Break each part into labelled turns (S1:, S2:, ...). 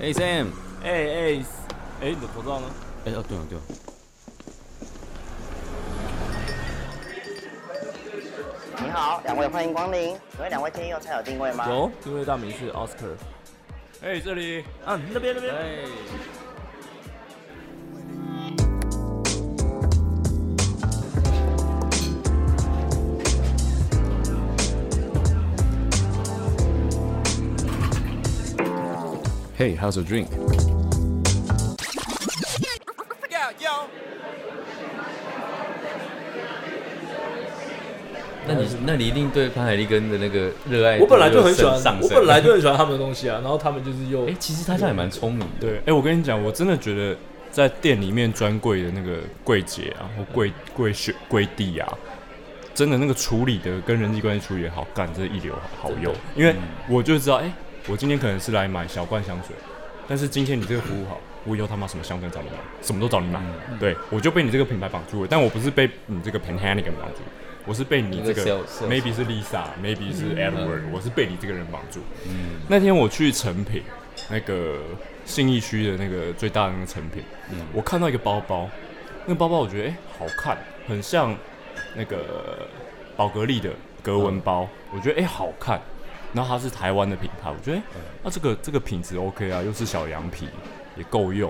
S1: 哎、Sam，
S2: 哎哎哎，你的口罩呢？
S1: 哎、哦对哦对哦，
S3: 你好，两位欢迎光临。请问两位今天用餐有定位吗？
S2: 有，因为大名是 Oscar。哎，这里啊，那边那边。哎，
S1: Hey, how's your drink?
S4: yo.
S5: 那你那你一定对潘海利根的那个热爱，
S2: 我本来就很喜欢
S5: 上，
S2: 我
S5: 升。
S2: 本来就很喜欢他们的东西啊，然后他们就是又
S5: 哎、其实他这样也蛮聪明的。
S6: 对，哎、我跟你讲，我真的觉得在店里面专柜的那个柜姐啊，或柜柜学柜弟啊，真的那个处理的跟人际关系处理的好，干这一流好用。因为我就知道，哎、我今天可能是来买小罐香水，但是今天你这个服务好，我以后他妈什么香氛找你买，什么都找你买，对我就被你这个品牌绑住了。但我不是被你这个 Panhanigan 绑住。我是被你这
S5: 那个
S6: 个
S5: sales- sales
S6: maybe 是 Lisa，maybe 是 Edward，、我是被你这个人绑住。那天我去成品，那个信义区的那个最大的那个成品，我看到一个包包，那个包包我觉得哎、诶好看，很像那个宝格丽的格纹包，我觉得哎、诶好看。然后它是台湾的品牌，我觉得哎那、这个这个品质 OK 啊，又是小羊皮，也够用。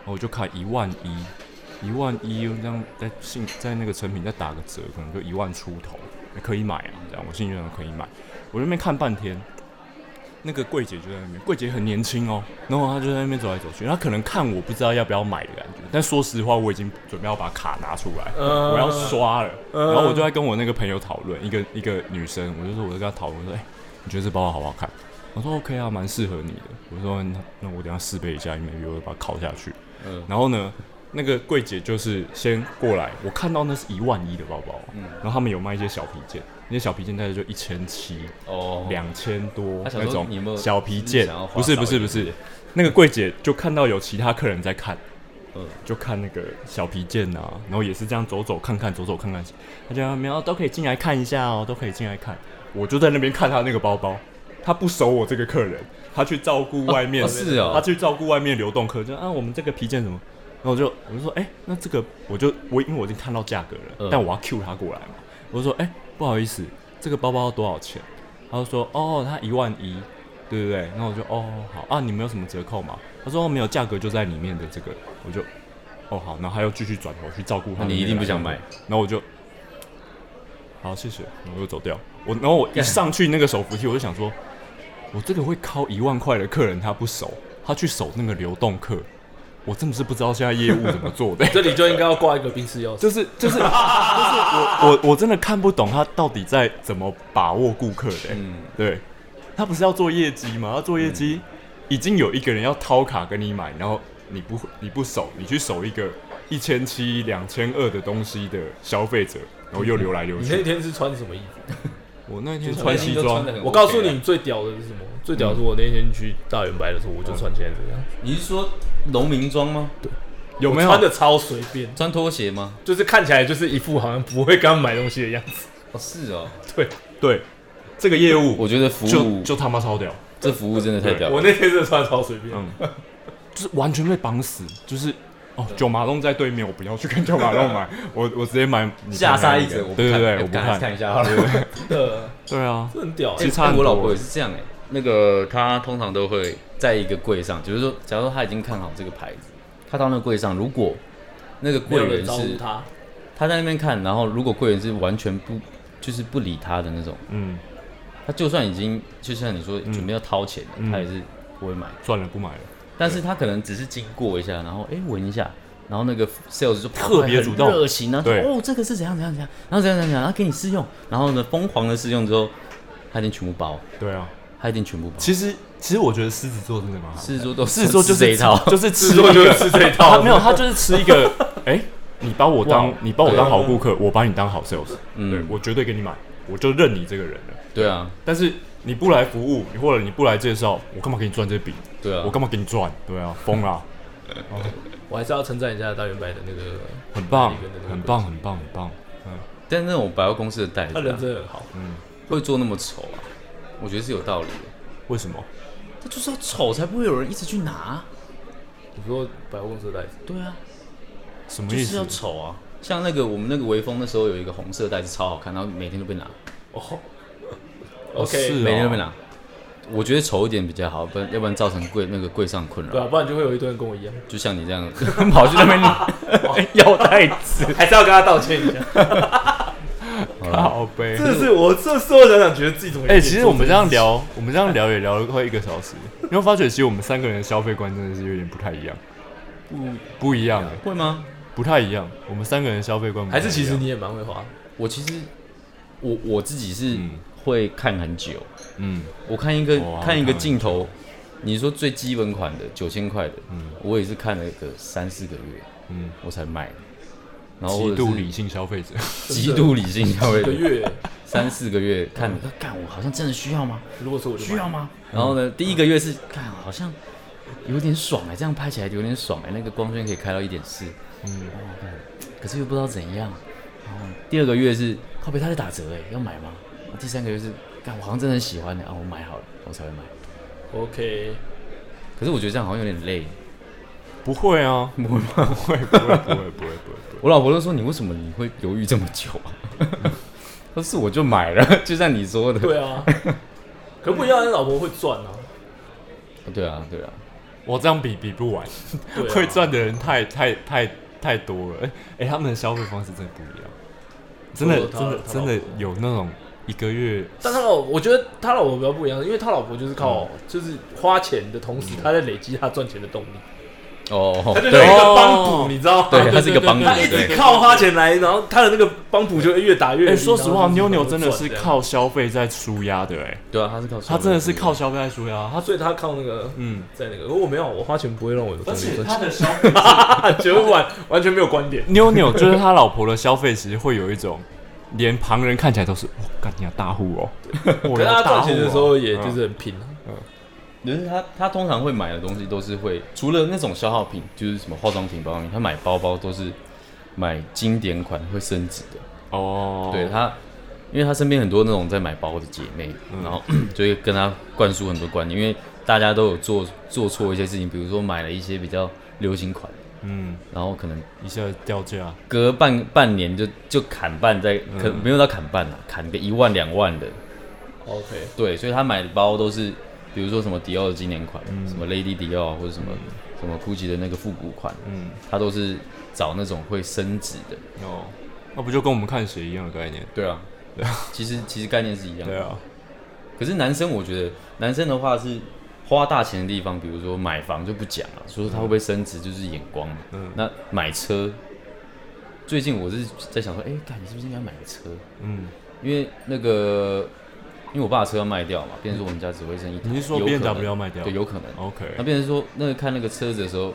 S6: 然后我就看一万一，一万一这样在信在那个成品再打个折，可能就一万出头，可以买啊。这样我信任可以买，我就在那边看半天，那个柜姐就在那边，柜姐很年轻哦，然后她就在那边走来走去，她可能看我不知道要不要买的感觉，但说实话，我已经准备要把卡拿出来，
S2: 嗯
S6: 我要刷了，
S2: 嗯
S6: 然后我就在跟我那个朋友讨论，一个一个女生，我就说我就跟她讨论我说，哎、你觉得这包包好不好看？我说 OK 啊，蛮适合你的。我说那那我等一下试背一下，因为我会把它拷下去。
S5: 嗯
S6: 然后呢，那个柜姐就是先过来，我看到那是一万一的包包，然后他们有卖一些小皮件，那些小皮件大概就一千七，
S5: 哦，
S6: 两千多
S5: 他想
S6: 那
S5: 说
S6: 种
S5: 你有没有
S6: 小皮件
S5: 想要，花
S6: 不是
S5: 少
S6: 不是
S5: 一
S6: 不
S5: 点
S6: 是，那个柜姐就看到有其他客人在看，
S5: 嗯
S6: 就看那个小皮件啊，然后也是这样走走看看走走看看，他就啊没有都可以进来看一下哦，都可以进来看，我就在那边看他那个包包，他不收我这个客人，他去照顾外面，
S5: 哦是哦
S6: 他去照顾外面流动客，就啊我们这个皮件什么。然后我就我就说，哎、那这个我就我因为我已经看到价格了，
S5: 嗯
S6: 但我要 Q 他过来嘛，我就说，哎、不好意思，这个包包多少钱？他就说，哦，他一万一，对不对？然后我就，哦，好啊，你们有什么折扣吗？他说、哦、没有，价格就在里面的这个，我就，哦好，然后他又继续转头去照顾他
S5: 那
S6: 们那个来访者。
S5: 啊你一定不想买
S6: 然后我就，好，谢谢，我就走掉。我然后我一上去那个手扶梯，我就想说，我这个会掏一万块的客人他不熟，他去守那个流动客，我真的是不知道现在业务怎么做 的。
S2: 这里就应该要挂一个冰室钥匙。
S6: 就是就是就是我我我真的看不懂他到底在怎么把握顾客的、
S5: 嗯
S6: 对，嗯他不是要做业绩吗？他做业绩、已经有一个人要掏卡跟你买，然后你不你不守，你去守一个一千七、两千二的东西的消费者，然后又流来流
S2: 你那
S6: 去。
S2: 天是穿什么衣服？
S6: 我那天穿西
S5: 嗯就
S6: 装
S5: 穿得，很
S2: 我告诉
S5: OK 啊
S2: 你，，最屌的是什么？最屌的是我那天去大圆白的时候，我就穿现在这样，
S5: 你是说农民装吗？
S6: 嗯有没
S2: 我穿的
S6: 有？
S2: 超随便，
S5: 穿拖鞋吗？
S2: 就是看起来就是一副好像不会刚买东西的样子。
S5: 哦，是哦，
S2: 对，
S6: 对，这个业务
S5: 我觉得服
S6: 就
S5: 务
S6: 就他妈超屌，
S5: 这服务真的太屌
S2: 我
S5: 了。
S2: 那天真的穿得超随便，
S6: 啊嗯，就是完全被绑死，就是。哦，九马龙在对面，我不要去跟九马 龙买，我我直接买你
S5: 下杀
S6: 看
S5: 一
S6: 那个
S5: 折，我不
S6: 对对对，
S5: 看
S6: 我不
S5: 干还是
S6: 看，
S5: 看一下好了。
S2: 真的
S6: 对啊，
S2: 这很屌欸。
S6: 其实差
S5: 哎
S6: 很
S5: 我
S6: 多
S5: 老婆也是这样哎、那个她通常都会在一个柜上，就是说，假如说她已经看好这个牌子，她到那个柜上，如果那个
S2: 没
S5: 柜
S2: 有人
S5: 员
S2: 招呼
S5: 是
S2: 他，
S5: 她在那边看，然后如果柜员是完全不就是不理她的那种，
S6: 嗯，
S5: 她就算已经就像你说准备要掏钱了，
S6: 嗯
S5: 她也是不会买。
S6: 算了，不买了，
S5: 但是她可能只是经过一下，然后哎闻、一下，然后那个 sales 就
S6: 特别主动
S5: 很热情啊，说
S6: 对
S5: 哦这个是怎样怎样怎样，然后怎样怎样怎样，然后给你试用，然后呢疯狂的试用之后，她已经全部包，
S6: 对啊，
S5: 她已经全部包。
S6: 其实其实我觉得狮子座真的蛮好，
S5: 狮子座 都
S6: 狮子座就是
S5: 哦这一套，
S6: 就是吃
S2: 做
S6: 一
S2: 就
S6: 个
S2: 是这一
S6: 他
S2: 套，
S6: 没有，他就是吃一个，哎，你把我当
S5: 哇
S6: 你把我当好顾客，我把你当好 sales，
S5: 嗯
S6: 对我绝对给你买，我就认你这个人了。
S5: 对啊，
S6: 但是你不来服务，你或者你不来介绍，我干嘛给你赚这笔？
S5: 对啊，
S6: 我干嘛给你赚？对啊，疯了，
S2: 我还是要称赞一下大圆白的那个，
S6: 很棒
S2: 一个那，个
S6: 很棒，很棒，很棒。
S5: 但那种百货公司的代理、
S2: 他人
S5: 啊、
S2: 真的很好。
S5: 会做那么丑啊，我觉得是有道理的。
S6: 为什么？
S5: 它就是要丑才不会有人一直去拿。啊
S2: 你说百货公司的袋子，
S5: 对啊，
S6: 什么
S5: 就
S6: 意
S5: 是
S6: 思
S5: 要？丑啊。像那个我们那个微风那时候有一个红色袋子超好看，然后每天都被拿，
S2: 哦
S6: 哦
S2: ，OK，
S6: 是哦
S5: 每天都被拿。我觉得丑一点比较好，不然要不然造成柜那个柜上困
S2: 对啊，
S5: 扰。
S2: 不然就会有一堆人跟我一样，
S5: 就像你这样 跑去那边拿要袋子，
S2: 还是要跟他道歉一 下。
S6: 好呗。
S2: 真的 是我这所有人想觉得自己怎么？
S6: 哎、其实我们这样，聊，我们这样聊也聊了快一个小时，你会发觉其实我们三个人的消费观真的是有点不太一样，不不一样，欸
S5: 会吗？
S6: 不太一样。我们三个人的消费观不太
S2: 还
S6: 一样
S2: 是其实你也蛮会花，
S5: 我其实我我自己是
S6: 嗯
S5: 会看很久，
S6: 嗯，
S5: 我看一个、
S6: 哦
S5: 看一
S6: 看
S5: 个
S6: 很
S5: 镜头，你说最基本款的九千块的，
S6: 嗯
S5: 我也是看了个三四个月，
S6: 嗯
S5: 我才买的，然后或
S6: 极
S5: 者是
S6: 度理性消费者，
S5: 极度理性消费
S2: 一个
S5: 者，
S2: 月
S5: 三四个月看了，哦干我好像真的需要吗？嗯
S2: 如果说我就买
S5: 需要吗？然后呢，第一个月是看好像有点爽哎、这样拍起来有点爽哎、那个光圈可以开到一点四，哦
S6: 嗯，
S5: 可是又不知道怎样。然后第二个月是靠北他在打折哎、要买吗？然后第三个月是干我好像真的很喜欢的、啊，我买好了我才会买。
S2: ，OK，
S5: 可是我觉得这样好像有点累，
S6: 不会啊，
S5: 不会
S6: 不
S5: 吗？
S6: 会，不会，不会，不会，不会。
S5: 我老婆都说你为什么你会犹豫这么久 啊？她说是我就买了， 就像你说的。
S2: 对啊，可不一样，你老婆会赚啊，
S5: 对啊，对啊，
S6: 我这样比比不完，
S2: 对啊
S6: 会赚的人太太太太多了。哎、他们的消费方式真的不一样，真的
S2: 我说他
S6: 真的
S2: 他
S6: 真
S2: 老
S6: 的
S2: 婆
S6: 有那种一个月
S2: 但他老，我觉得他老婆比较不一样，因为他老婆就是靠就是花钱的同时，他在累积他赚钱的动力，
S5: 哦，
S2: 他就
S5: 对
S2: 像一个帮
S6: 哦
S2: 补，你知道吗？
S5: 对，他是一个帮
S2: 他一
S5: 派，
S2: 直
S5: 对，
S2: 靠花钱来，然后他的那个帮补就会越打越
S6: 哎、
S2: 低。
S6: 说实
S2: 然
S6: 话，
S2: 后
S6: 妞
S2: 就
S6: 妞
S2: 不
S6: 真的是
S2: 赚这样，
S6: 靠消费在舒压的、哎，
S5: 对啊，他是靠，
S6: 她真的是靠，消费在舒压，她
S2: 所以他靠那个
S6: 嗯，
S2: 在那个，可我没有，我花钱不会让我有动力赚
S6: 她的消 费，
S2: 钱，绝不完完全没有 观点。
S6: 妞妞 就是她老婆的消费，其实会有一种连旁人看起来都是，哇，干你要大户 哦，我
S2: 可是
S6: 要
S2: 他
S6: 大
S2: 赚
S6: 户
S2: 钱
S6: 哦
S2: 的时候，也就是很啊拼啊，
S5: 就是他他通常会买的东西都是会，除了那种消耗品，就是什么化妆品、保养品，他买包包都是买经典款会升值的。
S6: 哦，
S5: 对他，因为他身边很多那种在买包的姐妹，
S6: 嗯
S5: 然后 就会跟他灌输很多观念，因为大家都有做做错一些事情，比如说买了一些比较流行款，
S6: 嗯，
S5: 然后可能
S6: 一下掉价，
S5: 隔半半年就就砍半在，
S6: 嗯
S5: 可没有到砍半啦，砍个一万两万的。
S2: OK，
S5: 对，所以他买的包都是，比如说什么迪奥的经典款，
S6: 嗯
S5: 什么 Lady 迪奥或者什么、什么 GUCCI 的那个复古款，
S6: 嗯，
S5: 他都是找那种会升值的。
S6: 哦，那不就跟我们看鞋一样的概念？
S5: 对啊，其实其实概念是一样的。
S6: 对啊，
S5: 可是男生，我觉得男生的话是花大钱的地方，比如说买房就不讲了，说他会不会升值就是眼光嘛。
S6: 嗯
S5: 那买车，最近我是在想说，哎、干你是不是应该买个车？
S6: 嗯，
S5: 因为那个，因为我爸的车要卖掉嘛，变成说我们家只会剩一台。
S6: 你是说
S5: 有可能
S6: BMW 要卖掉
S5: 对，有可
S6: 哦
S5: 能。那
S6: OK，
S5: 变成说，那个看那个车子的时候，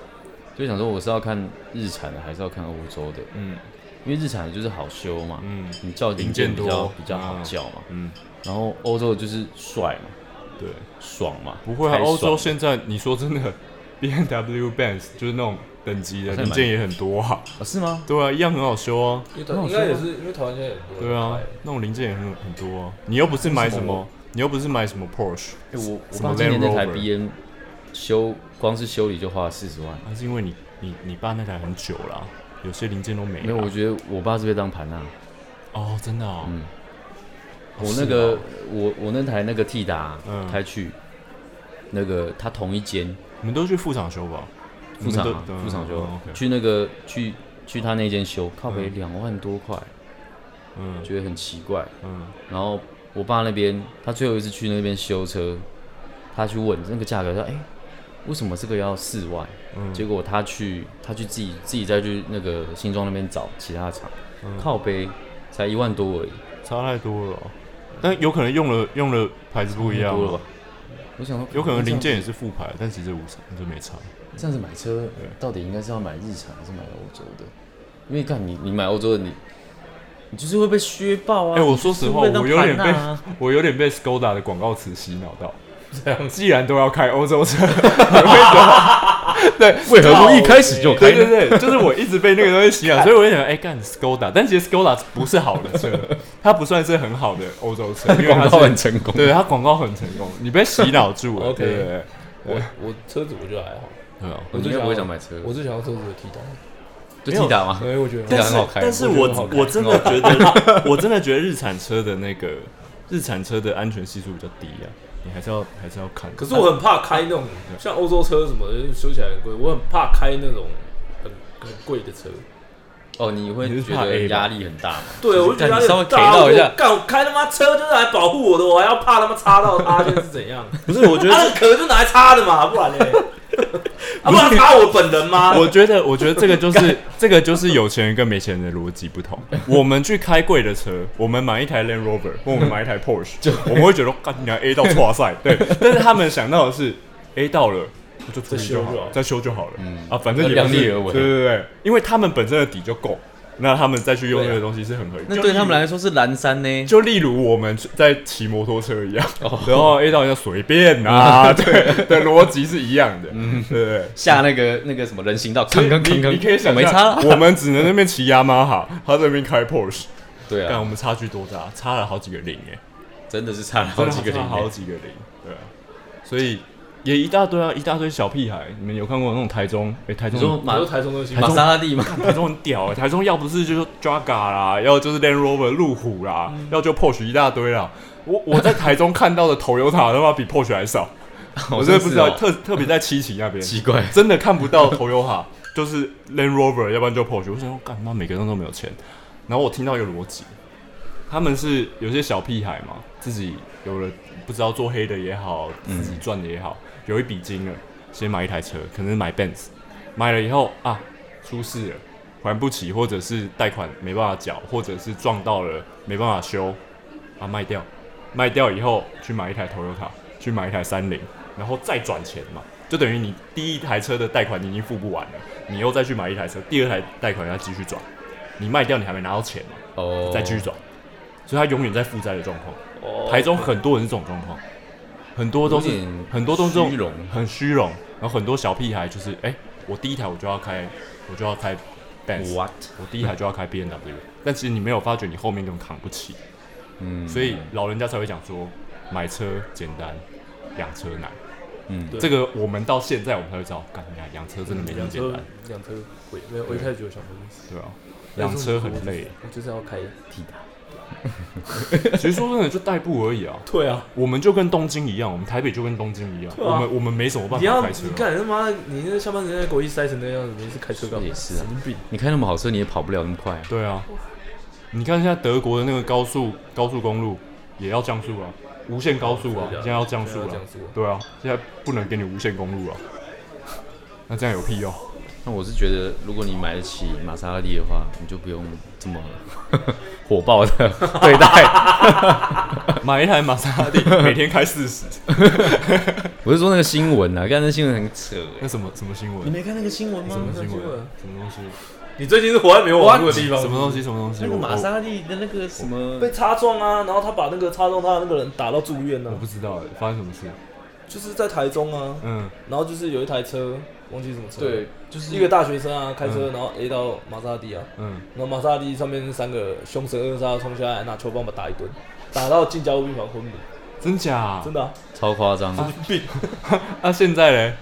S5: 就想说我是要看日产的，还是要看欧洲的？
S6: 嗯
S5: 因为日产的就是好修嘛，
S6: 嗯
S5: 你叫零件比
S6: 零件
S5: 较
S6: 多
S5: 比较好
S6: 嗯
S5: 叫嘛。
S6: 嗯，
S5: 然后欧洲的就是帅嘛，
S6: 对。
S5: 爽嘛，
S6: 不会啊，
S5: 开
S6: 欧洲
S5: 爽
S6: 现在你说真的，B N W Benz 就是那种等级的
S5: 好像
S6: 零
S5: 蛮
S6: 件也很多啊，
S5: 啊是吗？
S6: 对啊，一样很好修啊，
S2: 因为他应该也是因为台湾现在也很多人
S6: 对啊
S2: 买，
S6: 那种零件也很很多啊。你又不是买什
S5: 什么
S6: 么，你又不是买什么 Porsche，
S5: 哎我我
S6: 什
S5: 爸
S6: 么
S5: 今年那
S6: Land
S5: 台
S6: Rover
S5: B N 修，光是修理就花了四十万。
S6: 那是因为你你你爸那台很久了啊，有些零件都没
S5: 没有，我
S6: 了。
S5: 觉得我爸是被当盘啊。
S6: 哦，真的啊，
S5: 嗯
S6: 哦
S5: 我那个、我我那台那个 T 达
S6: 嗯
S5: 开去，那个他同一间
S6: 是哦你们都去副厂修吧？
S5: 副厂啊
S6: 你们都
S5: 副厂修
S6: 哦，OK
S5: 去那个去去他那间修，靠北
S6: 嗯
S5: 两万多块，
S6: 嗯
S5: 觉得很奇怪。
S6: 嗯，
S5: 然后我爸那边，他最后一次去那边修车，他去问那个价格，他说：“哎、为什么这个要四万？”
S6: 嗯
S5: 结果他去他去自己自己再去那个新庄那边找其他厂，靠背才一万多而已，
S6: 差太多了哦。但有可能用了用了牌子不一样
S5: 多了
S6: 啊
S5: 吧，？我想说，
S6: 有可能零件也
S5: 是
S6: 是副牌，但其实无差，就没差。
S5: 这样子买车，到底应该是要买日产还是买欧洲的？因为看你你买欧洲的你。你就是会被削爆啊！
S6: 哎、我说实话，我
S5: 你就是会
S6: 有点
S5: 当盘啊
S6: 被我有点被 Skoda 的广告词洗 脑到。既然都要开欧洲车，为什么？对，
S5: 为何不一开始就开
S6: 对
S5: 呢？
S6: 对对，就是我一直被那个东西 洗脑，所以我就想，哎、干 Skoda，但其实 Skoda 不是好的车，它不算是很好的欧洲车，因为它
S5: 广
S6: 是
S5: 告很成功。
S6: 对它广告很成功，你被洗脑住了。
S2: OK
S6: 对对对
S2: 我我车子我觉得还好，
S6: 对啊，
S5: 我应
S2: 最
S5: 该不会
S2: 要
S5: 想买车，
S2: 我最想要车子的替代，啊
S5: 就替打嘛
S2: 所。以我觉得
S6: 但
S5: 但
S6: 是
S5: 是好开
S6: 但是
S2: 我
S6: 我
S2: 觉得好开
S6: 我真的觉得， 我真的觉得日产车的那个日产车的安全系数比较低啊，你还是要还是要看。
S2: 可是我很怕开那种像欧洲车什么的，修起来很贵，我很怕开那种很很贵的车。
S5: 哦，你
S6: 你
S5: 会
S6: 是
S5: 觉
S6: 怕
S5: 得
S6: A 吧
S5: 压力很大嘛？
S2: 对，我就觉
S5: 干
S2: 得
S5: 你稍微
S2: 有点
S5: K
S2: 大
S5: 到一下
S2: 我干，我开他妈车就是来保护我的，我还要怕他妈擦到他， 现在是怎样？
S6: 不是，我觉
S2: 他那
S6: 得
S2: 个壳就拿来擦的嘛，不然嘞， 啊，不然擦我本人 吗？
S6: 我觉得我觉得这个就是这个就是有钱人跟没钱人的逻辑 不同。我们去开贵的车，我们买一台 Land Rover 或我们买一台 Porsche，我 们会觉得干你娘 A 到错赛， 对。但是他们想到的是 A 到了。我就处理就
S2: 再修
S6: 好
S2: 就好
S6: 再修就好了。
S5: 嗯
S6: 啊，反正也不是
S5: 量力而为
S6: 对对对，因为他们本身的底就够，那他们再去用
S5: 对啊
S6: 那个东西是很合理。
S5: 那
S6: 就
S5: 对
S6: 例
S5: 他们
S6: 如
S5: 来说是蓝山呢，
S6: 就例如我们在骑摩托车一样，
S5: 哦
S6: 然后 A 到要随 便啊，对的逻辑是一样的，
S5: 嗯
S6: 对不对？
S5: 下那个那个什么人行道，坑坑
S6: 你
S5: 坑坑，
S6: 你可以
S5: 我
S6: 想
S5: 没差
S6: 象，
S5: 了。
S6: 我们只能那边骑雅马哈，他在那边开 Porsche，
S5: 对
S6: 但我
S5: 啊，
S6: 们差距多大？差了好几个零哎，
S5: 真的是差了好几个
S6: 真的
S5: 零
S6: 差好
S5: 欸。
S6: 几个零，对啊，所以也一大堆啊，一大堆小屁孩，你们有看过那种台中？哎，台
S5: 你说
S6: 中。
S5: 嗯马
S2: 我是台中东西，
S5: 玛莎拉蒂吗？
S6: 台中很屌哎、台中要不是就是 Jaga 啦，要就是 Land Rover 路虎啦，
S5: 嗯
S6: 要就 Porsche 一大堆啦。我我在台中看到的 Toyota 他妈比 Porsche 还少，我真的不知道，
S5: 好像是哦
S6: 特特别在七期那边，
S5: 奇怪
S6: 真的看不到 Toyota，就是 Land Rover，要不然就 Porsche。我想说，干妈每个人都没有钱。然后我听到一个逻辑，他们是有些小屁孩嘛，自己有了不知道做黑的也好，自己赚的也好，有一笔金了，先买一台车，可能是买 Benz，买了以后啊，出事了，还不起，或者是贷款没办法缴，或者是撞到了没办法修，啊卖掉，卖掉以后去买一台 Toyota，去买一台三菱，然后再转钱嘛，就等于你第一台车的贷款你已经付不完了，你又再去买一台车，第二台贷款要继续转，你卖掉你还没拿到钱嘛，
S5: 哦，
S6: 再继续转，所以他永远在负债的状况。
S2: 哦
S6: 台中很多人是这种状况，很多都是
S5: 有点
S6: 很多都是这种
S5: 虚荣
S6: 很虚荣，然后很多小屁孩就是，哎、我第一台我就要开，我就要开 Benz，
S5: what？
S6: 我第一台就要开 B N W，但其实你没有发觉你后面根本扛不起，
S5: 嗯，
S6: 所以老人家才会讲说，买车简单，养车难。
S5: 嗯
S2: 对
S6: 这个我们到现在我们才会知道，干呀，养车真的没那
S2: 两
S6: 么简
S2: 车
S6: 单，
S2: 两车贵，没有，我一开始就有想过这个事
S6: 对吧、养车很累，
S2: 我就是要开
S5: 替代。
S6: 其实说真的就代步而已啊。
S2: 对啊，
S6: 我们就跟东京一样，我们台北就跟东京一样，
S2: 对啊
S6: 我们我们没什么办
S2: 你要
S6: 法开车
S2: 你
S6: 啊。
S2: 干他妈，你那下半身在国一塞成那样子，你是开车干嘛？
S5: 也是啊
S2: 神经病。
S5: 你开那么好车，你也跑不了那么快啊。
S6: 对啊，你看现在德国的那个高速高速公路也要降速啊，无限高速啊，
S2: 对啊
S6: 现在要降速
S2: 现
S6: 了
S2: 在要降速啊，
S6: 对啊，现在不能给你无限公路了，啊那这样有屁用？
S5: 那我是觉得，如果你买得起玛莎拉蒂的话，你就不用这么 火爆的 对待。
S6: 买一台玛莎拉蒂，每天开四十，
S5: 我是说那个新闻啊，刚才那新闻很扯欸
S6: 那什么什么新闻？
S5: 没看那个新闻吗
S6: 什么新
S2: 新闻
S6: 闻？什么东西？
S2: 你最近是活在没有玩过的地方，
S6: 什么东西？什么东西？
S5: 那个
S6: 我
S5: 玛
S6: 我
S5: 莎拉蒂的那个什么
S2: 被擦撞啊？然后他把那个擦撞他的那个人打到住院
S6: 我
S2: 呢
S6: 不，知道欸发生什么事。
S2: 就是在台中啊。
S6: 嗯，
S2: 然后就是有一台车，忘记什么车，
S5: 对，，就是嗯
S2: 一个大学生啊，开车然后 A 到玛莎拉蒂啊，
S6: 嗯，
S2: 然后玛莎拉蒂上面三个凶神恶煞冲下来，拿球棒把他打一顿，打到进交护病房昏迷，
S6: 真假？
S2: 真的啊，
S5: 超夸张。
S6: 啊，现在嘞？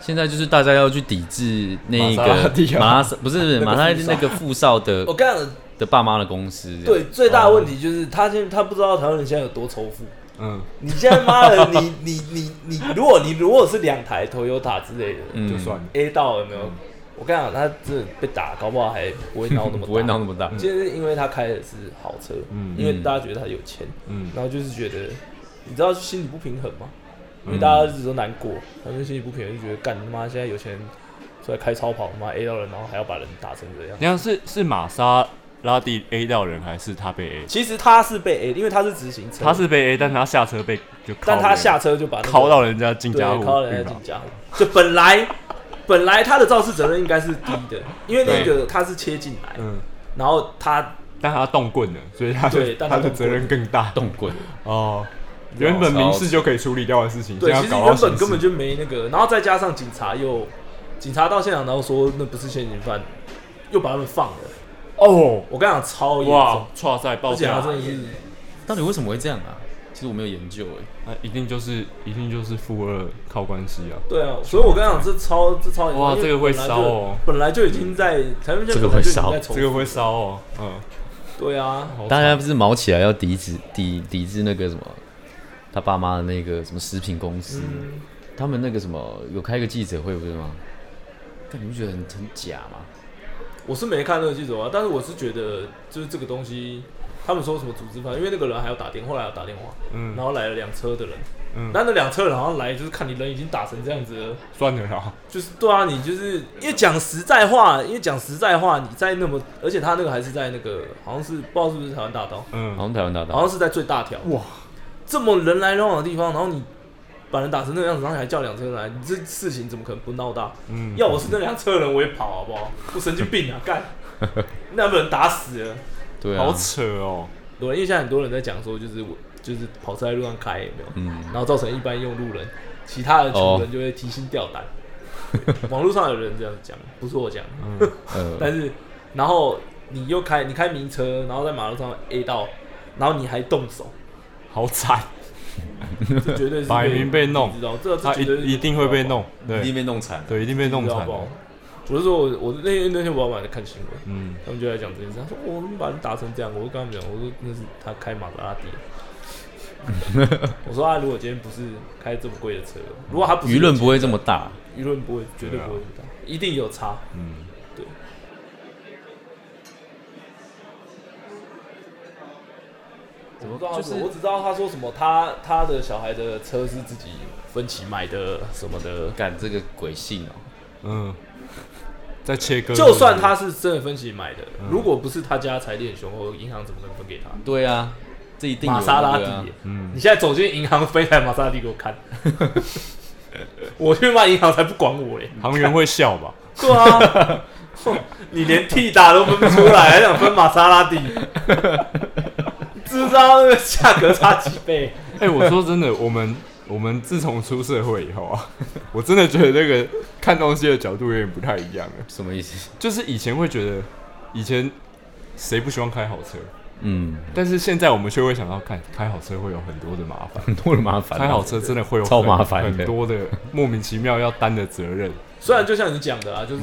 S5: 现在就是大家要去抵制那
S6: 玛莎拉
S5: 个
S6: 蒂啊
S5: 玛莎，不是
S2: 个
S5: 玛莎拉蒂那个富少 的
S2: 我干了。
S5: 的爸妈的公司。
S2: 对，，最大的问题就是他现他不知道台湾人现在有多仇富。
S6: 嗯，
S2: 你现在妈的， 你你你你，如果你如果是两台 Toyota 之类的、
S5: 嗯
S6: 就算了。
S2: A 到有没有？我跟你讲，他真的被打，搞不好还不会闹那么
S5: 不会闹那
S2: 么。
S5: 么大。嗯
S2: 就是因为他开的是好车，
S6: 嗯
S2: 因为大家觉得他有钱，
S6: 嗯
S2: 然后就是觉得，你知道心理不平衡吗？
S6: 嗯
S2: 因为大家一直都难过，然后就心理不平衡，就觉得干他妈现在有钱人出来开超跑，他妈 A 到人，然后还要把人打成这样。
S6: 你看是是玛莎拉蒂 A 到人，还是他被 A？
S2: 其实他是被 A，因为他是直行车，
S6: 他是被 A，但他下车被就，
S2: 但他下车就把那个
S6: 敲到人家进
S2: 对，
S6: 家户，
S2: 靠人家进家户。就本来 本来他的肇事责任应该是低的，因为那个他是切进来，
S6: 嗯，
S2: 然后他
S6: 但他动棍了，所以他
S2: 对
S6: 的
S2: 但
S6: 他
S2: 他
S6: 的
S2: 动棍
S6: 责任更大
S5: 动棍，
S6: 哦。原本民事就可以处理掉的事情，
S2: 对，
S6: 现
S2: 其
S6: 在
S2: 实
S6: 要搞到
S2: 原本根本
S6: 刑事
S2: 就没那个，然后再加上警察又警察到现场，然后说那不是现行犯，又把他们放了。
S6: 哦，
S2: 我跟你讲超严
S6: 哇
S2: 重，，
S6: 哇塞，爆
S2: 而且他
S6: 炸！
S2: 真的是
S5: 到底为什么会这样啊？其实我没有研究哎，
S6: 那一定就是一定就是富二靠关系啊。
S2: 对啊，所以我跟你讲，这超这超
S6: 哇
S2: 因为
S6: 这个会
S2: 本来就
S6: 烧哦
S2: 本来就已经在台湾，
S5: 这个会
S2: 本来就已
S5: 烧
S2: 经在重
S6: 这个会烧哦，嗯，
S2: 对啊，
S6: 好
S5: 大家
S6: 惨
S5: 不是毛起来要抵制抵抵制那个什么他爸妈的那个什么食品公司，他们那个什么有开个记者会不是吗？但你不觉得很很假吗？
S2: 我是没看那个记者啊，但是我是觉得就是这个东西，他们说什么组织犯，因为那个人还要打电话，后来要打电话，
S6: 嗯
S2: 然后来了两车的人，
S6: 嗯
S2: 那那两车人好像来就是看你人已经打成这样子了，
S6: 算了啦，
S2: 就是对啊，你就是因为讲实在话，因为讲实在话，你在那么，而且他那个还是在那个好像是不知道是不是台湾大道，
S5: 好
S6: 嗯，
S5: 像台湾大
S2: 好
S5: 道，
S2: 像是在最大条哇，这么人来人往的地方，然后你把人打成那个样子，然后你还叫两车人来，你这事情怎么可能不闹大？
S6: 嗯
S2: 要我是那辆车的人，我也跑好不好？我神经病啊，干！那被人打死了。
S5: 对啊
S6: 好，扯哦，
S2: 对，因为现在很多人在讲说，就是我就是跑车在路上开有没有，
S5: 嗯，
S2: 然后造成一般用路人，其他的穷
S5: 哦
S2: 人就会提心吊胆。对网络上有人这样讲，不是我讲，
S5: 呃，
S2: 但是然后你又开你开名车，然后在马路上 A 到，然后你还动手，
S6: 好惨，
S2: 这绝对是
S6: 摆明被弄
S2: 你知道这这
S6: 他
S2: 绝对是
S6: 一一定会被弄，
S5: 一定
S6: 对
S5: 被弄惨，
S6: 对，一定被弄
S2: 你知道
S6: 惨
S2: 不
S6: 的，？
S2: 我是说我我那天那天我老板在看新闻，
S6: 嗯，
S2: 他们就在讲这件事，他说哦我们把人打成这样，我就跟他们讲，我说那是他开玛莎拉蒂。我说他啊如果今天不是开这么贵的车，如果他不是
S5: 舆论不会这么大，
S2: 舆论不会绝对不会遇到，一定有差。
S5: 嗯
S2: 怎么
S5: 就
S2: 就是是我只知道他说什么，他他的小孩的车是自己分期买的什么的。
S5: 干这个鬼性哦，
S6: 嗯，在切割，
S2: 就算他是真的分期买的，
S5: 嗯
S2: 如果不是他家财力很雄厚，银行怎么可能分给他？
S5: 对啊，这一定有
S2: 玛莎拉
S5: 对啊
S2: 蒂耶，你现在走进银行飞来玛莎拉蒂给我看， 我去骂银行才不管我嘞。
S6: 行员会笑吧？
S2: 对啊， 哼你连 T 打都分不出来，还想分玛莎拉蒂？知不知道那个价格差几倍？
S6: 哎、我说真的，我们我们自从出社会以后啊， 我真的觉得那个看东西的角度有点不太一样了。
S5: 什么意 思？
S6: 就是以前会觉得，以前谁不希望开好车？
S5: 嗯，
S6: 但是现在我们却会想到，看开好车会有很多的麻烦，
S5: 很多的麻烦啊，
S6: 开好车真的会有
S5: 超
S6: 很
S5: 麻烦的
S6: 很多的莫名其妙要担的责任。
S2: 虽然就像你讲的啊，就是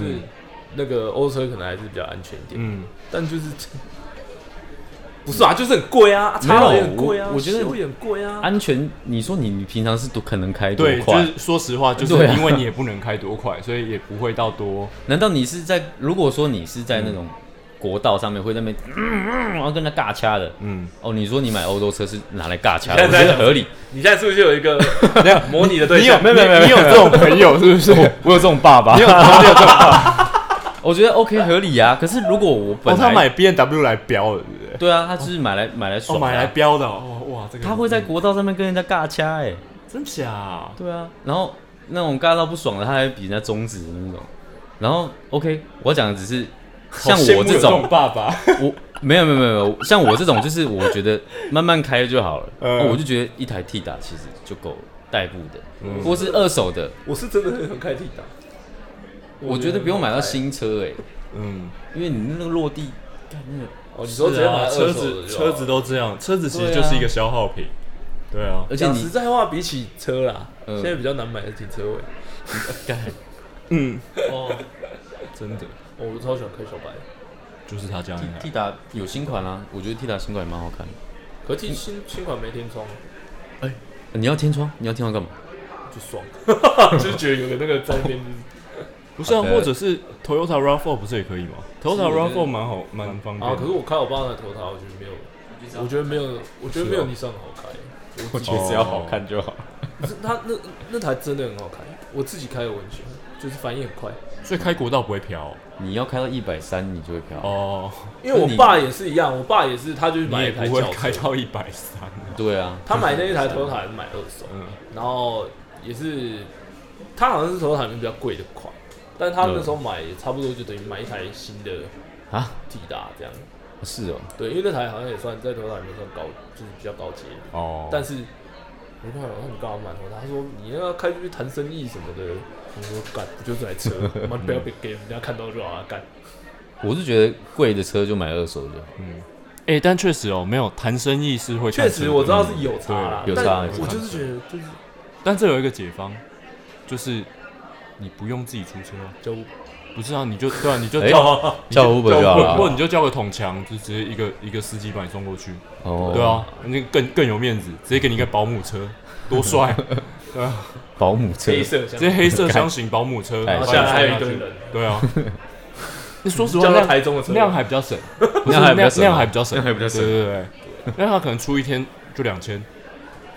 S2: 那个欧车可能还是比较安全一点，
S6: 嗯，
S2: 但就是 不是啊，就是很贵啊，
S5: 没有
S2: 叉楼也很贵啊，
S5: 我我觉得
S2: 修也很贵啊，
S5: 安全。你说你你平常是多可能开多
S6: 对，就
S5: 快？
S6: 是说实话，就是
S5: 对啊
S6: 因为你也不能开多快，所以也不会到多
S5: 难道你是在如果说你是在那种国道上面会在那边，嗯嗯然后跟他尬掐的？
S6: 嗯。
S5: 哦，你说你买欧洲车是拿来尬掐的，
S2: 现
S5: 我
S2: 在
S5: 觉得
S2: 在
S5: 合理。
S2: 你现在是不是有一个模拟的对
S6: 你有
S2: 象？
S6: 没有没有你有这种朋友是不 是？
S5: 我有这种爸爸
S6: 你有你有这 种
S5: 我觉得 OK 合理啊。可是如果我
S6: 哦，
S5: 本
S6: 他
S5: 来
S6: 买 B N W 来标的，对不对？
S5: 对啊，他就是买来买来
S6: 哦，
S5: 爽的啊，
S6: 买来标的哦，哇，这个
S5: 他会在国道上面跟人家尬掐哎，
S6: 真假啊？
S5: 对啊，然后那种尬到不爽的，他还比人家中指的那种。然后 OK，我讲的只是像
S6: 好羡慕
S5: 我
S6: 有
S5: 这
S6: 这
S5: 种
S6: 种，爸爸，
S5: 我没有没有没有没有，像我这种就是我觉得慢慢开就好了，哦
S6: 嗯
S5: 我就觉得一台 T 打其实就够了，代步的，或是二手的，
S2: 我是真的很想开 T 档，
S5: 我觉得不用买到新车哎、
S6: 嗯，
S5: 因为你那个落地，干那个，
S2: 哦，你说直接买二手
S6: 车
S2: 的
S6: 子
S2: 就好
S6: 啊车子都这样，车子其实
S5: 对啊
S6: 就是一个消耗品，对啊，
S5: 而且
S2: 讲实
S5: 你
S2: 在话，比起车啦，
S5: 嗯
S2: 现在比较难买得起车位。
S5: 哦
S6: 真的
S2: 哦我超喜欢开小白，
S6: 就是他这样一台
S5: 嗯 T 打有新款啦、我觉得 T 打新款也蛮好看的。
S2: 可是新新款没天窗，
S5: 你要天窗，你要天窗干嘛？
S2: 就 爽， 就是觉得有个那个在那边就是
S6: 不是啊，
S5: 好的
S6: 或者是 Toyota Rav4 不是也可以吗？Toyota
S5: 是我觉得
S6: Rav4 蛮好，蛮方便的。
S2: 啊。可是我开我爸的头塔，我觉得没有，我觉得没有，我觉得没有
S6: 是哦
S2: 你上好开。
S5: 我觉得只要好看就好。
S2: 可是它那那台真的很好开，我自己开的我很喜欢，就是反应很快。
S6: 所以开国道不会飘
S5: 你要开到一百三，你就会飘。
S6: 哦，
S2: 因为我爸也是一样，我爸也是，他就是
S6: 你
S2: 买
S6: 也
S2: 一台
S6: 不会
S2: 轿
S6: 开
S2: 车，
S6: 到一百三啊。
S5: 对啊，
S2: 他买那 一台头塔还是买二手，
S6: 嗯，
S2: 然后也是，他好像是头塔里面比较贵的款，但他那时候
S6: 嗯
S2: 买也差不多就等于买一台新的
S5: 啊，
S2: T 达这样。
S5: 是哦，
S2: 对，因为那台好像也算在头塔里面算高，就是比较高阶的。
S6: 哦，
S2: 但是我朋友他们刚好买头塔，他说你要开出去谈生意什么的，我说干不就这台车，妈不要被给人家看到就好了，干。
S5: 我是觉得贵的车就买二手就好。
S6: 嗯，哎、哎、但确实哦，没有谈生意是会看
S2: 确
S6: 生
S2: 实
S6: 意
S2: 我知道是有差啦，
S5: 对有
S2: 但
S5: 差有
S2: 我
S5: 差
S2: 就是觉得就是
S6: 但这有一个解方，就是你不用自己出车啊，
S2: 就
S6: 不是啊，你就对啊，你就
S5: 哎
S6: 叫、你
S5: 叫 Uber 就好
S6: 或或
S5: 了
S6: 你。就叫个桶强，就直接一个一个司机把你送过去，
S5: 哦
S6: 对，啊，那个更更有面子，直接给你一个保姆车，多帅，对啊，
S5: 保姆车
S2: 黑色相
S6: 直接黑色箱型保姆车，
S5: 哎
S2: 然后
S6: 把你
S2: 下来还有一
S6: 送
S2: 堆
S6: 下去
S2: 人，
S6: 对 啊。那说实话，
S2: 叫到
S6: 那
S2: 台中的车
S6: 那样还比较省，
S5: 那
S6: 不是
S5: 样还比较
S6: 那
S5: 省啊
S6: 那样还比较省，
S5: 那样还比较省
S6: 对对对，对那他可能出一天就两千，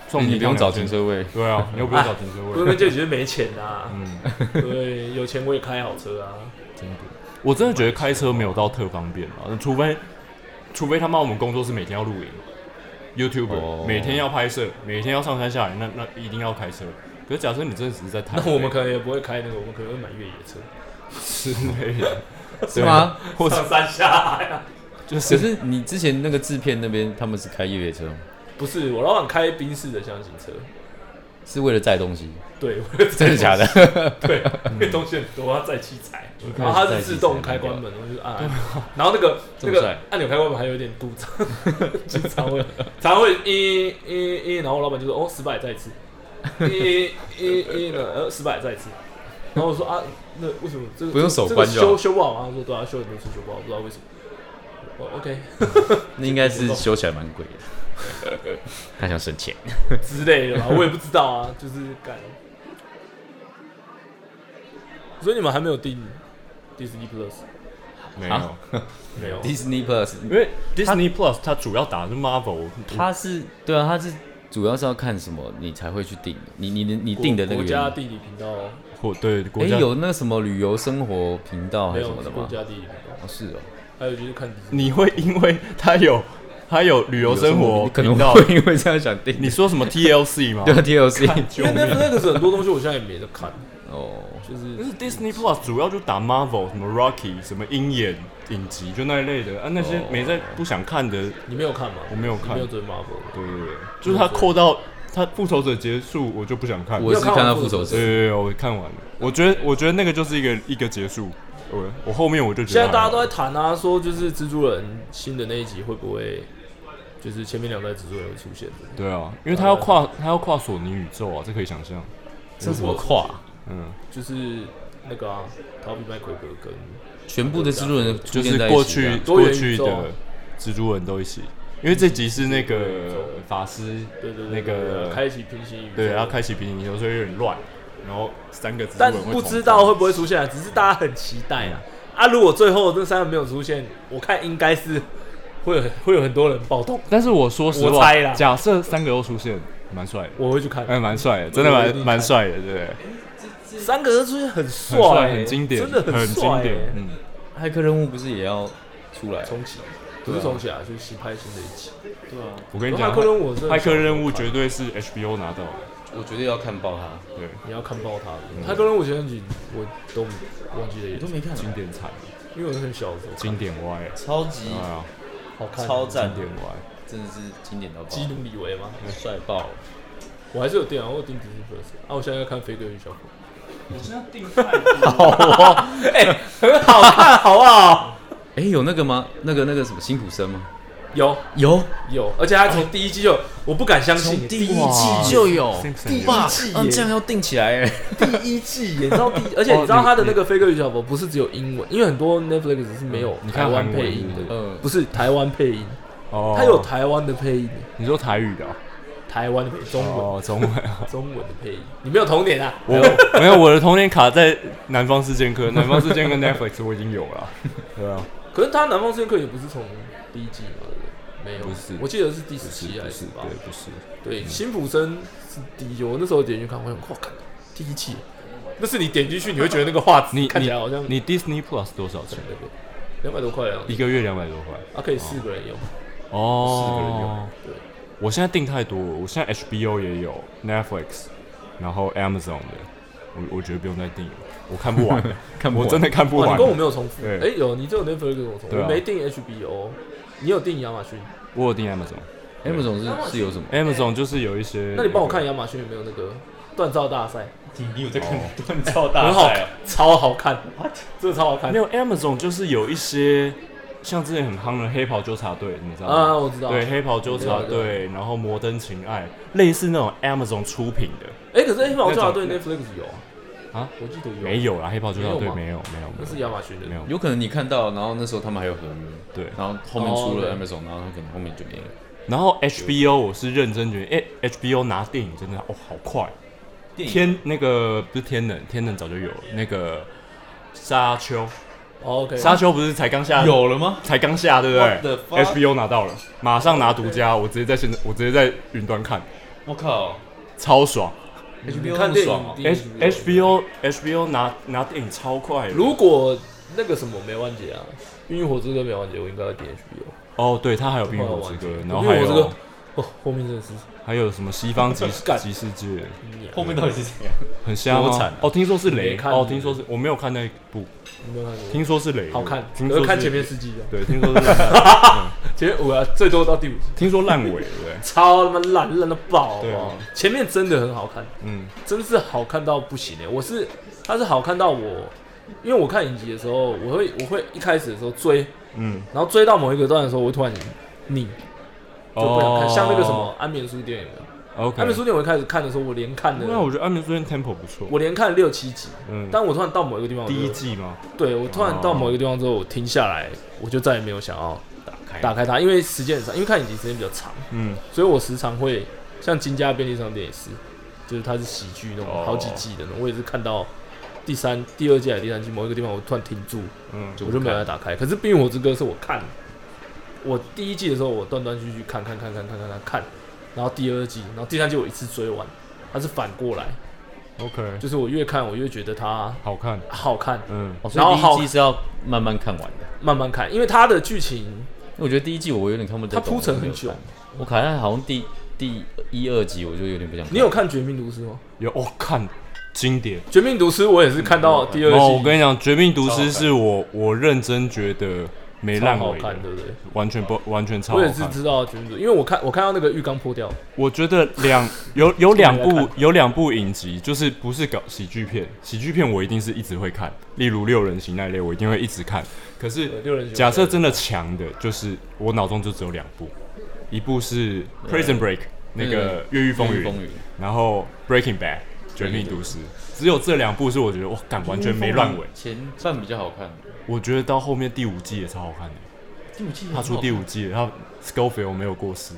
S6: 送
S5: 哎你
S6: 一
S5: 不
S6: 趟
S5: 用找
S6: 2000
S5: 停，车位，
S6: 对啊，你又不用找停车
S2: 我
S6: 位。
S2: 们就觉得没钱啊，
S6: 嗯，
S2: 对，有钱我也开好车啊，
S6: 我真的觉得开车没有到特方便啊，除非除非他妈我们工作是每天要露营，YouTuber、
S5: 哦
S6: 每天要拍摄，每天要上山下海，那那一定要开车。可是假设你真的只是在台北，
S2: 那我们可能也不会开那个，我们可能会买越野车，
S6: 之类的， 啊
S5: 是吗？
S6: 或 者
S2: 上山下海啊。
S6: 就
S5: 可
S6: 是
S5: 是你之前那个制片那边他们是开越野车吗，
S2: 不是，我老板开宾士的箱型车，
S5: 是为了载东西，
S2: 对， 我
S5: 真的假的？嗯
S2: 对，因为东西很多，他载器材，
S5: 看
S2: 然后它是自动开关门，我就按，然后那个
S5: 啊 这
S2: 那
S5: 么
S2: 个
S5: 帅
S2: 按钮开关门还有点故障，经常会常会一一一，然后我老板就说哦失败再一次，一一一呢呃失败再一次，然后我说啊那为什么这个
S5: 不用
S2: 这个
S5: 手关
S2: 这
S5: 就
S2: 个
S5: 好
S2: 修修不好吗？他说对啊，修很多次修不好，不知道为什么。哦，OK
S5: 那应该是修起来蛮贵的。他想省钱，
S2: 之类 的吧，我也不知道啊，就是干。所以你们还没有订 Disney Plus
S6: 没有，
S2: 没有？
S5: Disney Plus，
S6: 因为 Disney Plus 它主要打的是 Marvel，它
S5: 他是对啊，他是主要是要看什么你才会去订的，你你你你订的那个
S2: 国
S5: 原
S2: 家
S5: 因。
S2: 地理频道
S6: 或对国
S5: 哎，
S6: 家
S5: 有那什么旅游生活频道还
S2: 没
S5: 是
S2: 有
S5: 什么的
S2: 国
S5: 吗？
S2: 家地理频道，
S5: 哦，是哦，
S2: 还有就是看迪士尼。
S6: 你会因为它有它有旅游生活
S5: 你可能
S6: 频道，
S5: 会因为这样想订。
S6: 你说什么 TLC 吗
S5: 对？啊 TLC
S2: 因为 Netflix 很多东西我现在也没得看，
S5: 哦，
S2: 就是
S6: 但是 Disney Plus 主要就打 Marvel 什么 Rocky 什么鹰眼影集就那一类的啊，那些
S5: 哦
S6: 没在不想看的，
S2: 你没有看吗？
S6: 我没有
S2: 你
S6: 看
S2: 没有追 Marvel，
S6: 对对对，就是他扣到他复仇者结束，我就不想看。
S5: 我是
S2: 你有看
S5: 看
S2: 完
S5: 到复
S2: 复仇
S5: 仇
S2: 者
S5: 者
S6: 对对，对我看完了，我觉得我觉得那个就是一个一个结束，我我后面我就觉
S2: 现
S6: 得
S2: 在大家都
S6: 还
S2: 在谈啊，说就是蜘蛛人新的那一集会不会，就是前面两代蜘蛛人会出现的？
S6: 好对啊，因为他要跨
S5: 呃
S6: 他要跨索尼宇宙啊，这可以想象。
S5: 这怎么跨？
S6: 嗯，
S2: 就是那个啊，逃避麦奎格跟
S5: 全部的蜘蛛人出
S6: 就
S5: 现
S6: 是
S5: 在一
S6: 过
S5: 起的
S6: 去
S5: 啊
S2: 多元
S6: 过
S2: 宇
S6: 去
S2: 宙啊
S6: 的蜘蛛人都一起，因为这集是那
S2: 多元宇宙
S6: 个法师
S2: 对对对
S6: 那
S2: 对对
S6: 个
S2: 开启平行宇宙，
S6: 对，然后开启平行宇宙，所以有点乱，然后三个蜘蛛
S2: 但
S6: 人会
S2: 不
S6: 同
S2: 知
S6: 框
S2: 道会不会出现啊，只是大家很期待啊。啊，如果最后这三个没有出现，我看应该是会有会有很多人暴动，
S6: 但是我说实
S2: 我
S6: 话
S2: 猜啦，
S6: 假设三个都出现，蛮帅的，
S2: 我会去看。
S6: 哎，蛮帅的，真的
S2: 我一
S6: 蛮
S2: 定
S6: 蛮
S2: 看
S6: 帅的，对不对？
S2: 三个都出现很
S6: 很帅，
S2: 帅，欸
S6: 很经典，
S2: 真的
S6: 很
S2: 帅
S6: 经
S2: 欸
S6: 典。嗯，
S5: 骇客任务不是也要出来？
S2: 重启不是重启啊，就是新拍新的一集。
S6: 啊我跟你
S2: 骇
S6: 讲，
S2: 客任务我真的
S6: 骇客任务
S2: 想看
S6: 绝对是 HBO 拿到的，
S5: 我绝对要看爆他，
S6: 对，
S2: 你要看爆他的。骇客任务前三集我都忘记了也
S5: 我都，没看啊，
S6: 经典彩，
S2: 因为我是很小的时候看，
S6: 经典 Y，
S5: 超级
S6: 哎呀，
S2: 好看，啊
S5: 超赞
S6: 经，典 Y，
S5: 真的是经典到爆，
S2: 基努里维吗？
S5: 帅爆！
S2: 我还是有订啊，我有订 Disney Plus 啊，我现在要看《飞哥与小狗》。啊
S5: 哎，有那个吗？那个那个什么辛普森吗？
S2: 有
S5: 有，
S2: 有，而且他从第一季就，我不敢相信，
S5: 从第一
S2: 哇
S5: 季就有，
S6: Simpson
S5: 哇
S2: 季，耶
S5: 嗯，这样要定起来哎，
S2: 第一季演到第一，而且你知道他的那个《飞哥与小佛》不是只有英文，因为很多 Netflix 是没有
S6: 你看
S2: 台湾
S6: 韩文
S2: 配音的，
S5: 嗯
S2: 不是台湾配音，
S6: 哦
S2: 他有台湾的配音，
S6: 你说台语的哦
S2: 台湾的配音，中文
S6: 哦，中文啊。
S2: 中文的配音，你没有童年啊？
S6: 我没有我的童年卡在《南方四剑客》，《南方四剑客》Netflix 我已经有了，对啊，
S2: 可是他《南方四剑客》也不是从第一季嘛，对不对没有，啊
S6: 不是
S2: 我记得是第十
S6: 是
S2: 七还
S6: 不
S2: 是
S6: 是？
S2: 吧？
S6: 对，不是，嗯
S2: 对，辛普森是第一季，我那时候点进去看，我想，哇，看第一季，那是你点进去你会觉得那个画质
S6: 你
S2: 看起来好像
S6: 你你 Disney Plus 多少钱？
S2: 两百多块啊，
S6: 一个月两百多块。
S2: 啊可以四个人用，
S6: 哦，
S2: 四个人用对
S6: 我现在订太多了，我现在 HBO 也有 Netflix，然后 Amazon 的，我我觉得不用再订了，我看不 完的，
S5: 看不
S6: 我
S5: 完
S6: 真的看不
S2: 哇，
S6: 完
S2: 哦你跟。我没有重复，
S6: 对
S2: 哎有，你只有 Netflix 跟我重复，
S6: 对啊
S2: 我没订 HBO，你有订亚马逊，
S6: 我有订 Amazon，Amazon
S5: M 总哎是是有什么？
S6: 就是有一些，
S2: 那你帮我看亚马逊有没有那个锻造大赛，
S5: 你有在
S6: 哦
S5: 看？
S6: 啊
S2: 啊很好，超好看，真的超好看
S6: 没，有 Amazon 就是有一些像之前很夯的黑袍纠察队，你知道吗？
S2: 啊，我知道。
S6: 对，黑袍纠察
S2: 我知道
S6: 队，然后摩登情爱，类似那种 Amazon 出品的，
S2: 哎，可是黑袍纠察队 Netflix 有啊？
S6: 啊，
S2: 我记得有。
S6: 没，有啦，黑袍纠察
S2: 没
S6: 队没有，没有，没
S2: 那是
S6: 有，
S2: 亚马逊的。
S6: 没有，
S5: 有可能你看到，然后那时候他们还有合约，
S6: 对。
S5: 然后后面出了
S2: 哦
S5: Amazon，然后可能后面就没了。
S6: 然后 HBO 我是认真觉得，哎、h b o 拿电影真的哦好快，
S5: 电影
S6: 天那个不是天能，天能早就有了那个沙丘，
S2: 哦 OK。
S6: 沙丘不是才刚下
S5: 有了吗？
S6: 才刚下，对不
S5: What the fuck？
S6: 对？HBO 拿到了，马上拿独家，我直接在现，我直接在云端看，
S5: 我靠
S6: 超爽。
S5: ，HBO 那
S2: 看
S5: 么
S2: 电
S5: 爽
S2: 影
S5: 哦
S2: 第一
S6: 啊 H
S2: 集
S6: HBO HBO 拿拿电影超快的，
S2: 如果那个什么没完结啊，《冰与火之歌》没完结，我应该会点 HBO。
S6: 哦，对，他还有《冰与火之歌》，然后还
S2: 冰与火之
S6: 有
S2: 歌哦，后面真的是啊
S6: 还有什么西方极
S2: 干
S6: 极世界，
S5: 后面到底是啊怎样？
S6: 很香
S5: 多惨
S6: 哦
S5: 啊。
S6: 哦，听说是
S2: 没
S6: 雷，
S2: 看
S6: 哦，听说是我没有看那一部，
S2: 你没有看过？
S6: 听说是雷，
S2: 好看，
S6: 听
S2: 可
S6: 说
S2: 是
S6: 是
S2: 看前面四季的，
S6: 对，听说是烂，
S2: 前面五啊，最多到第五集，
S6: 听说烂尾，对不对？
S2: 超他妈烂烂到爆，好不
S6: 对
S2: 好
S6: 啊？
S2: 前面真的很好看，
S6: 嗯，
S2: 真是好看到不行哎！我是，它是好看到我，因为我看影集的时候，我会我会一开始的时候追，
S6: 嗯，
S2: 然后追到某一个段的时候，我会突然腻，就不想看。像那个什么《安眠书店》有没有？《
S6: 哦，OK，
S2: 安眠书店》我一开始看的时候，我连看的，
S6: 那我觉得《安眠书店》tempo 不错，
S2: 我连看了六七集，
S6: 嗯，
S2: 但我突然到某一个地方，我就
S6: 第一，季吗？
S2: 对我突然到某一个地方之后，我停下来，我就再也没有想要
S5: 打开
S2: 打开它，因为时间很长，因为看影集时间比较长，
S6: 嗯，
S2: 所以我时常会像《金家便利商店》也是，就是它是喜剧那种
S6: 哦
S2: 好几季的那种，我也是看到第三、第二季还是第三季某一个地方，我突然停住，
S6: 嗯，
S2: 我就没有再打开。可是《冰与火之歌》是我看，我第一季的时候我断断续续看看看看看看看看，然后第二季，然后第三季我一次追完，它是反过来，
S6: OK，
S2: 就是我越看我越觉得它
S6: 好看，
S2: 好看，
S6: 嗯，
S5: 哦，
S2: 然后
S5: 所以
S2: 好
S5: 第一季是要慢慢看完的。
S2: 慢慢看，因为它的剧情
S5: 我觉得第一季我有点看不太懂，
S2: 它铺陈很久
S5: 我没有看。我好像好像第第一二集我就有点不想看。
S2: 你有看《绝命毒师》吗？
S6: 有哦，看经典。
S2: 《绝命毒师》我也是看到第二季，
S6: 然嗯后我跟你讲，《绝命毒
S5: 超好
S6: 师》
S5: 看
S6: 是我我认真觉得没
S2: 超
S6: 烂
S2: 好
S6: 尾的
S2: 看，，对不对？
S6: 完全不完全超好
S2: 我也
S6: 看
S2: 是。知道《绝命毒师》，因为我看我看到那个浴缸破掉，
S6: 我觉得两有有两
S2: 我没有
S6: 部有两部影集，就是不是搞喜剧片，喜剧片我一定是一直会看，例如《六人行》那一类，我一定会一直看。可是
S2: 对六人行
S6: 假设真的强的，就是我脑中就只有两部，一部是《Prison Break》那个《越狱风
S5: 越
S6: 云
S5: 狱》，风云
S6: 然后《Breaking Bad》绝命毒师，只有这两部是我觉得哇，干完全没烂尾。
S5: 前半比较好看，
S6: 我觉得到后面第五季也超好看的，
S5: 第五季
S6: 他出第五季了，他 Scofield 没有过世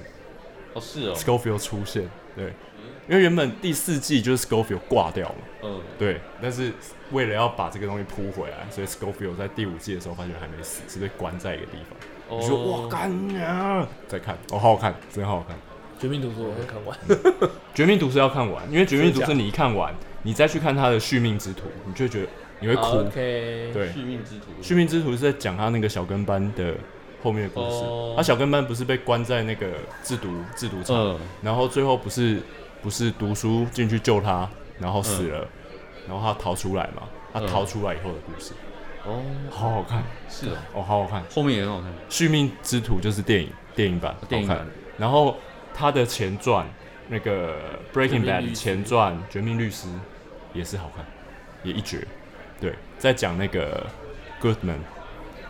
S5: 哦是哦，
S6: ，Scofield 出现，对，因为原本第四季就是 Scofield 挂掉嘛，
S5: 嗯，
S6: 对，但是为了要把这个东西铺回来，所以 Scofield 在第五季的时候发现还没死，是被关在一个地方。
S5: 哦
S6: 你说哇干呀！再看，哦，好好看，真好好看。
S2: 《绝命毒师》我会看 完，
S6: 绝命毒师要看完，因为绝命毒
S2: 真
S6: 师
S2: 假
S6: 你一看完，你再去看他的续命之途，你就会觉得你会
S5: 哦
S6: 哭。
S2: OK，，
S6: 对，
S5: 续命之徒，
S6: 续命之徒是在讲他那个小跟班的后面的故事。
S5: 哦
S6: 他小跟班不是被关在那个制毒制毒厂，
S5: 嗯
S6: 然后最后不是不是读书进去救他，然后死了，然后他逃出来嘛。他
S5: 嗯
S6: 逃出来以后的故事，
S5: 哦
S6: 好好看
S5: 是哦，
S6: 哦，好好看。
S5: 后面也很好看，
S6: 续命之徒就是电影电影版，
S5: 电影版
S6: 好看。然后他的前传那个 Breaking
S2: 绝命律
S6: Bad
S2: 师
S6: 前传《绝命律师》也是好看，也一绝。对，在讲那个 Goodman，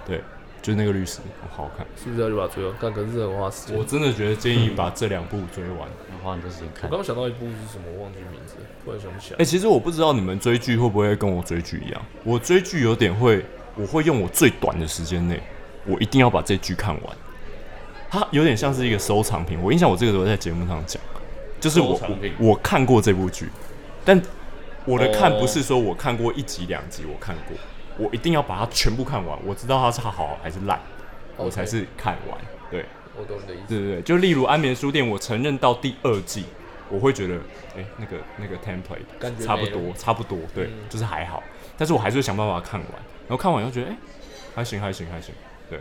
S6: 对，就是那个律师，哦好好看。
S2: 是不是要去把它追完？看，可是很花时间。
S6: 我
S2: 我
S6: 真的觉得建议把这两部追完。
S5: 然后花很多时间看
S2: 刚。刚想到一部是什么，我忘记名字，突然想不起
S6: 哎、
S2: 来。
S6: 其实我不知道你们追剧会不会跟我追剧一样，我追剧有点会，我会用我最短的时间内，我一定要把这剧看完。它有点像是一个收藏品。我印象我这个时候在节目上讲，就是我
S5: 收藏品
S6: 我我看过这部剧，但我的看
S5: 哦
S6: 不是说我看过一集两集，我看过，我一定要把它全部看完，我知道它是好还是烂，我才是看完。对，
S2: 我懂你的意思。
S6: 对对对，就例如《安眠书店》，我承认到第二季，我会觉得，哎、那个那个 template
S2: 感觉
S6: 差不
S2: 没
S6: 多，
S2: 了嗯
S6: 差不多，对，就是还好，但是我还是会想办法看完，然后看完以后觉得，哎、还行，还行，还行，对，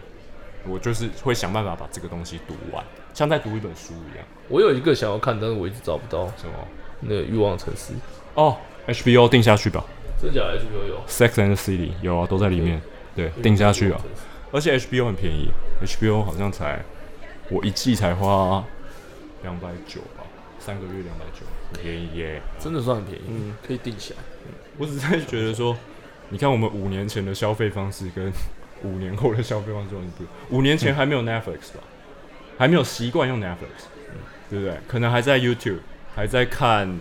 S6: 我就是会想办法把这个东西读完，像在读一本书一样，
S2: 我有一个想要看，但是我一直找不到
S6: 什么？
S2: 那个《欲望城市》，
S6: 哦，HBO 定下去吧，
S2: 真假的 HBO 有，
S6: 《Sex and the City》有啊，都在里面，对，
S2: 嗯
S6: 定下
S2: 啊
S6: 去吧，而且 HBO 很便宜，HBO 好像才我一季才花两百九吧，三个月两百九，很便宜耶。
S2: 真的算很便宜，可以定起来。
S6: 我只是觉得说，你看我们五年前的消费方式跟五年后的消费方式完全不一样。五年前还没有 Netflix 吧，还没有习惯用 Netflix，、对不对？可能还在 YouTube，还在看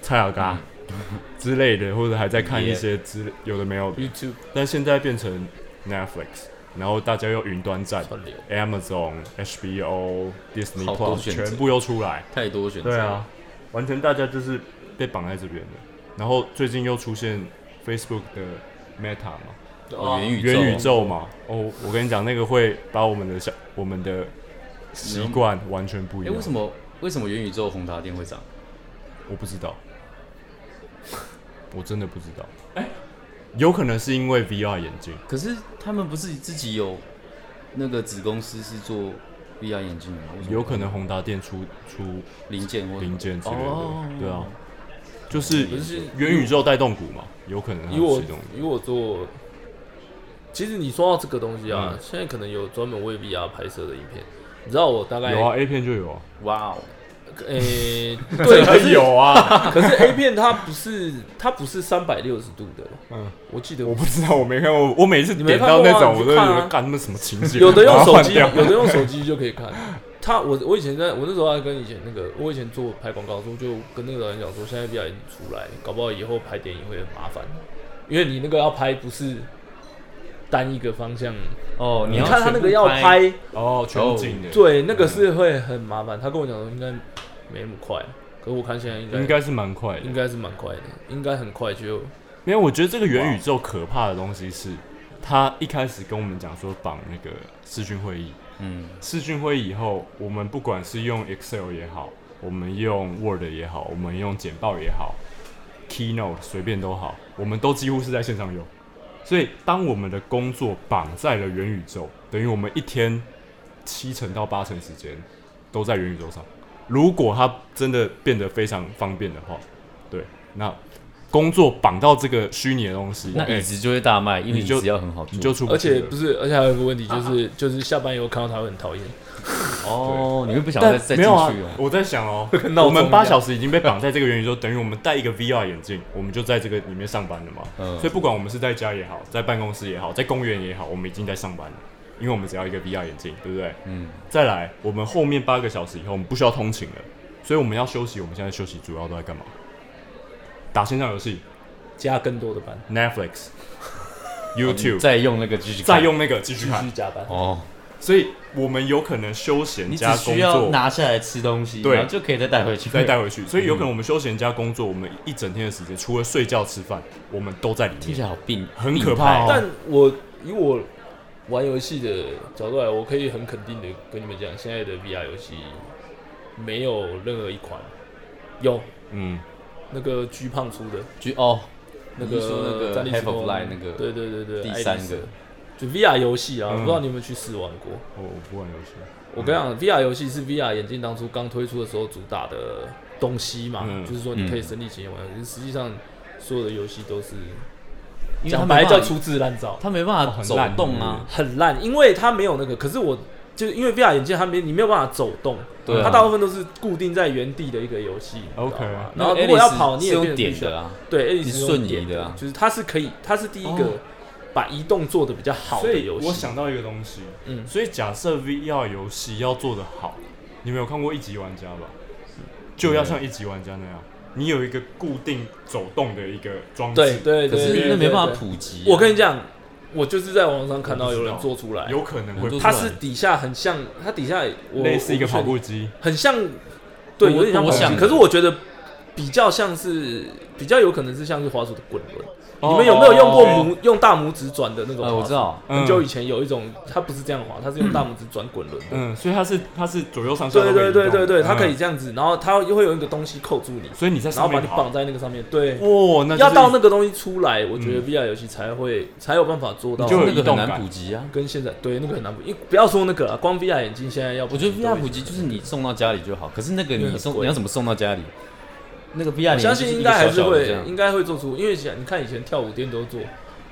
S6: 蔡小嘎之类的，或者还在看一些之有的没有的。
S2: YouTube
S6: 但现在变成 Netflix，然后大家又云端站
S5: 串
S2: 啊
S5: 流
S6: ，Amazon、HBO、Disney
S5: 好多
S6: Plus
S5: 选择
S6: 全部又出来。
S5: 太多选择。
S6: 对啊，，完全大家就是被绑在这边的。然后最近又出现 Facebook 的 Meta 嘛，
S5: 哦元宇宙
S6: 元宇宙嘛。哦，我跟你讲，那个会把我们的小我们的习惯完全不
S5: 哎、
S6: 一样。
S5: 为什？么为什么元宇宙宏达电会涨？
S6: 我不知道，我真的不知道。哎、有可能是因为 VR 眼镜。
S5: 可是他们不是自己有那个子公司是做 VR 眼镜的吗？为什么
S6: 有可能宏达店出出
S5: 零件或什么
S6: 零件之类的，
S5: 哦
S6: 对啊，就是
S2: 可是
S6: 元宇宙带动股嘛，有可能它
S2: 以我
S6: 是其中一
S2: 以
S6: 个
S2: 我做，其实你说到这个东西啊，现在可能有专门为 VR 拍摄的影片，你知道我大概
S6: 有啊，A 片就有啊，
S5: 哇哦，
S2: 诶、 对，可是
S6: 有 啊，
S2: 可是 A 片它不是它不是三百六十度的，
S6: 嗯，
S2: 我记得
S6: 我不知道，我没看过，我每次
S2: 你没
S6: 点
S2: 看过
S6: 到
S2: 啊
S6: 那种，
S2: 你
S6: 我
S2: 去
S6: 都觉
S2: 看啊
S6: 得干他们什么情节，
S2: 有的用手机，
S6: 把它换掉
S2: 有的用手机就可以看。他我我以前在我那时候还跟以前那个我以前做拍广告的时候，就跟那个导演讲说，现在 VR 已经出来，搞不好以后拍电影会很麻烦，因为你那个要拍不是单一个方向，
S5: 哦，
S2: 你
S5: 要
S2: 看他那个要
S5: 全部，
S2: 拍，
S6: 哦，全景的，，
S2: 对，那个是会很麻烦。他跟我讲说应该没那么快，可是我看现在应该
S6: 应该是蛮快的
S2: 应。该是蛮快的，应该很快就
S6: 没有，我觉得这个元宇宙可怕的东西是，他一开始跟我们讲说绑那个视讯会议，
S5: 嗯，
S6: 视讯会议以后，我们不管是用 Excel 也好，我们用 Word 也好，我们用简报也好，Keynote 随便都好，我们都几乎是在线上用。所以，当我们的工作绑在了元宇宙，等于我们一天七成到八成时间都在元宇宙上。如果它真的变得非常方便的话，对，那工作绑到这个虚拟的东西，
S5: 那
S6: 哎
S5: 椅子就会大卖，因为椅
S6: 你就
S5: 子要很好做，
S6: 你就出不
S2: 而
S6: 去了，
S2: 且不是，而且还有一个问题
S5: 啊
S2: 就是，就是下班以后看到他会很讨厌。
S5: 哦，你会不想再
S6: 但
S5: 再
S6: 没
S5: 进去
S6: 有啊
S5: 哦，，
S6: 我在 想哦
S2: 闹，钟
S6: 我们
S2: 一
S6: 八
S2: 样
S6: 小时已经被绑在这个元宇宙，等于我们戴一个 VR 眼镜，我们就在这个里面上班了嘛。
S5: 嗯
S6: 所以不管我们是在家也好，在办公室也好，在公园也好，我们已经在上班了，因为我们只要一个 VR 眼镜，对不对？
S5: 嗯，
S6: 再来，我们后面八个小时以后，我们不需要通勤了，所以我们要休息。我们现在休息主要都在干嘛？打线上游戏、
S2: 加更多的班，
S6: Netflix、YouTube，、
S5: 再用那个继续看
S6: 再用那个继
S2: 必
S6: 续
S2: 须
S6: 看。
S2: 加班。
S5: 哦，
S6: 所以我们有可能休闲
S5: 你只
S6: 加工
S5: 需要
S6: 作。
S5: 拿下来吃东西，
S6: 对
S5: 然后就可以再带回去，
S6: 再带回
S2: 嗯
S6: 去。所以有可能我们休闲加工作，我们一整天的时间，除了睡觉、吃饭，我们都在里
S5: 听起
S6: 面。
S5: 来好病，
S6: 很可怕哦
S2: 但我以我玩游戏的角度来，我可以很肯定的跟你们讲，现在的 VR 游戏没有任何一款有
S6: 嗯，
S2: 那个巨胖出的
S5: 就哦，
S2: 那
S5: 你是说那
S2: 个
S5: 个
S2: 战力
S5: Half
S2: 之
S5: of
S2: 光
S5: Light 那个
S2: 对对对对，
S5: 第
S2: 爱丽
S5: 三
S2: 丝
S5: 个
S2: 就 VR 游戏啊，
S6: 嗯
S2: 我不知道你们去试玩过。
S6: 我哦我不玩游戏。
S2: 我跟你讲，VR 游戏是 VR 眼镜当初刚推出的时候主打的东西嘛，
S6: 嗯
S2: 就是说你可以身临其境玩，可是实际上所有的游戏都是
S5: 因为他
S2: 讲
S5: 没
S2: 白
S5: 办
S2: 叫
S5: 法
S2: 粗制滥造。
S5: 他没办
S6: 哦
S5: 法
S6: 很
S5: 走
S6: 烂
S5: 动啊，
S2: 很烂，因为它没有那个。可是我就是因为 VR 眼镜，它没你没有办法走动，
S5: 对啊
S2: 它大部分都是固定在原地的一个游戏。你知道吗
S6: OK
S2: 然后如果要跑，你也
S5: 是
S2: 变
S5: 用
S2: 得
S5: 点
S2: 必须要
S5: 的。啊，
S2: 对，A
S5: 你
S2: 是
S5: 是
S2: 用
S5: 瞬移
S2: 点
S5: 的啊
S2: 就是它是可以，它是第一个
S5: 哦
S2: 把移动做的比较好
S6: 所
S2: 的
S6: 以
S2: 游戏。
S6: 我想到一个东西，
S2: 嗯
S6: 所以假设 VR 游戏要做得好，你们有看过《一级玩家》吧？就要像《一级玩家》那样，你有一个固定走动的一个装置。
S2: 对，对
S5: 可
S2: 对，
S5: 是
S2: 对
S5: 那没办法。
S2: 对
S5: 普及啊。
S2: 对我跟你讲，我就是在网上看到有人
S6: 我不知
S2: 做
S6: 道
S2: 出来，
S6: 有可能
S5: 很多
S6: 会
S2: 它是底下很像，它底下我
S6: 类似一个跑，
S2: 我
S6: 步
S2: 不确定
S6: 机，
S2: 很像，对，
S5: 多
S2: 有点像
S5: 多
S2: 跑步
S5: 项
S2: 机。
S5: 的
S2: 可是我觉得比较像是，比较有可能是像是滑鼠的滚轮。
S6: 哦
S2: 你们有没有用过拇用大拇指转的那种？
S5: 呃，我知，道，
S2: 很久以前有一种，它不是这样滑，它是用大拇指转滚轮的。
S6: 嗯，所以它是它是左右上下都可
S2: 对对
S6: 以
S2: 对
S6: 移
S2: 对
S6: 动
S2: 对，
S6: 嗯
S2: 它可以这样子，然后它又会有一个东西扣住你，
S6: 所以你在
S2: 然后
S6: 上
S2: 把
S6: 面
S2: 你
S6: 跑
S2: 绑在那个上面。对，
S6: 哇，那就是
S2: 要到那个东西出来，我觉得
S6: 嗯
S2: VR 游戏才会才有办法做到
S6: 你。就有
S5: 那个
S6: 移
S5: 很
S6: 动
S5: 难
S6: 感
S5: 普及啊。
S2: 跟现在对那个很难，因为不要说那个了，光 VR 眼镜现在要
S5: 我
S2: 普
S5: 觉
S2: 及
S5: 得
S2: 都已
S5: VR
S2: 经，
S5: 普及就是你送到家里就好，可是那个
S2: 因为
S5: 你
S2: 很
S5: 送
S2: 贵
S5: 你要怎么送到家里？那个 VR
S2: 我相信应该还是
S5: 会
S2: 会，应该会做出，因为想你看以前跳舞店都做，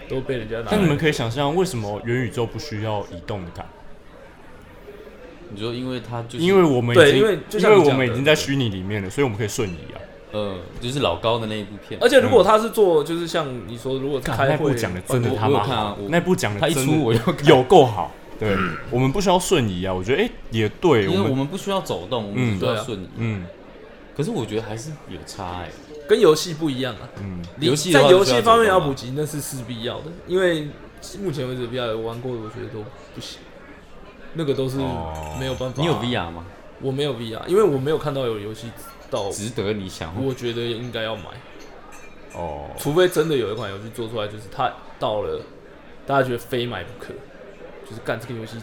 S2: 都被人家拿来。嗯
S6: 但你们可以想象，为什么元宇宙不需要移动感？
S5: 你说因为它就是
S6: 因为我们已
S2: 对
S6: 经，
S2: 因为就像
S6: 因为
S2: 你
S6: 我
S2: 讲
S6: 们已
S2: 的
S6: 经在虚拟里面了，所以我们可以瞬移啊。
S5: 呃，就是老高的那一部片，
S2: 而且如果他是做，就是像你说，如果
S6: 干
S2: 开
S6: 那部
S2: 会
S6: 讲的真的
S5: 我
S6: 他
S5: 我有
S6: 妈
S5: 看啊
S6: 好
S5: 我
S6: 那部讲的
S5: 他一
S6: 真
S5: 出
S6: 的
S5: 我就看嗯
S6: 有够好。对，我们不需要瞬移啊，我觉得哎、也对，
S5: 因为我
S6: 们
S5: 们不需要走动，我们
S6: 嗯
S5: 不需
S2: 对
S5: 要
S2: 啊
S5: 瞬移，
S6: 嗯
S5: 可是我觉得还是有差哎、
S2: 跟游戏不一样啊。
S6: 嗯，
S2: 你
S5: 游戏的
S2: 在
S5: 话
S2: 游
S5: 就是
S2: 戏
S5: 要
S2: 方面
S5: 走动
S2: 要
S5: 嘛
S2: 补齐，那是势必要的，因为目前为止 VR 玩过的，我觉得都不行，那个都是
S6: 哦
S2: 没有办法。
S5: 你有 VR 吗？
S2: 我没有 VR，因为我没有看到有游戏到，
S5: 值得你想
S2: 我觉得应该要买，
S6: 哦，
S2: 除非真的有一款游戏做出来，就是它到了，大家觉得非买不可，就是干这个游戏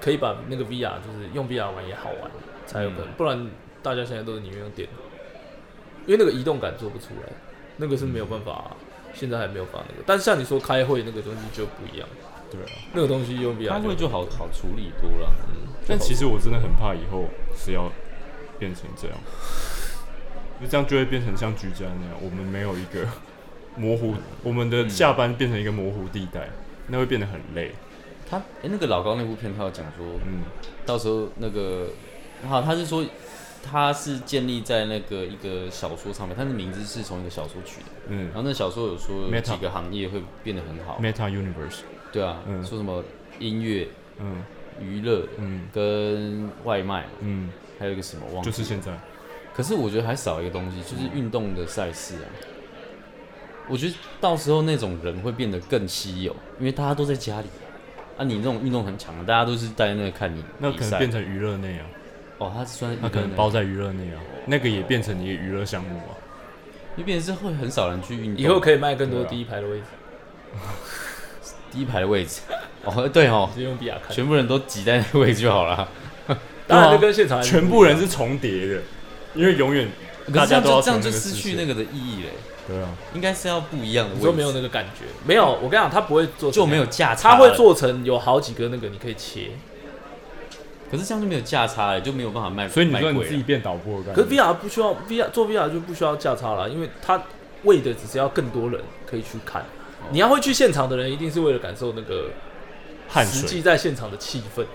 S2: 可以把那个 VR 就是用 VR 玩也好玩才有可能，
S5: 嗯
S2: 不然大家现在都是宁愿用电脑，因为那个移动感做不出来，那个是没有办法，
S5: 嗯
S2: 现在还没有把那个。但是像你说开会那个东西就不一样，
S6: 对啊，
S2: 那个东西用 VR
S5: 开会就好好处理多了。
S6: 但其实我真的很怕以后是要变成这样，就这样就会变成像居家那样，我们没有一个 模糊，我们
S5: 嗯
S6: 的下班变成一个模糊地带，那会变得很累。
S5: 他哎、那个老高那部片，他有讲说，
S6: 嗯，
S5: 到时候那个，好，他是说他是建立在那个一个小说上面，他的名字是从一个小说取的。
S6: 嗯
S5: 然后那小说有说有
S6: Meta
S5: 几个行业会变得很好，
S6: ，Meta Universe，
S5: 对啊，
S6: 嗯
S5: 说什么音乐、
S6: 嗯
S5: 娱乐、
S6: 嗯
S5: 跟外卖，
S6: 嗯，
S5: 还有一个什么忘记。
S6: 就是现在，
S5: 可是我觉得还少一个东西，就是运动的赛事啊。我觉得到时候那种人会变得更稀有，因为大家都在家里啊。你那种运动很强的，大家都是在那看你
S6: 那
S5: 比
S6: 可能
S5: 赛
S6: 变成娱乐内啊，
S2: 嗯
S5: 哦，他是算
S6: 它可能包在娱乐内啊，那个也变成一个娱乐项目啊。
S5: 就变成是会很少人去运动。
S2: 以后可
S5: 以
S2: 以卖更多第一排的位置，
S5: 第一排的位置，哦，对哦，
S2: 直接用 VR 看。
S5: 全部人都挤在那个位置就好了。
S2: 当然，就
S6: 对啊
S2: 跟现场还是
S6: 全
S2: 不一
S6: 部
S2: 样
S6: 人是重叠的，因为永远
S5: 可
S6: 大
S5: 是这
S6: 家
S5: 样
S6: 都要
S5: 就这样就
S6: 从那个
S5: 失
S6: 视
S5: 去
S6: 线
S5: 那个的意义嘞，
S6: 对啊，
S5: 应该是要不一样的
S2: 你
S5: 位
S2: 说
S5: 置，
S2: 没有那个感觉，没有。我跟你讲，他不会做成
S5: 就
S2: 那
S5: 没有
S2: 样，
S5: 价差。
S2: 他会，做成有好几个那个你可以切。
S6: 嗯
S5: 可是这样就没有价差了，就没有办法卖。
S6: 所以你
S5: 卖
S6: 说你
S5: 贵
S6: 自己
S5: 了
S6: 变导播的感觉，
S2: 可是 VR 不需要 VR 做 VR 就不需要价差了，因为它为的只是要更多人可以去看。
S6: 哦
S2: 你要会去现场的人，一定是为了感受那个
S6: 汗
S2: 实际
S6: 水，嗯
S2: 在现场的气氛，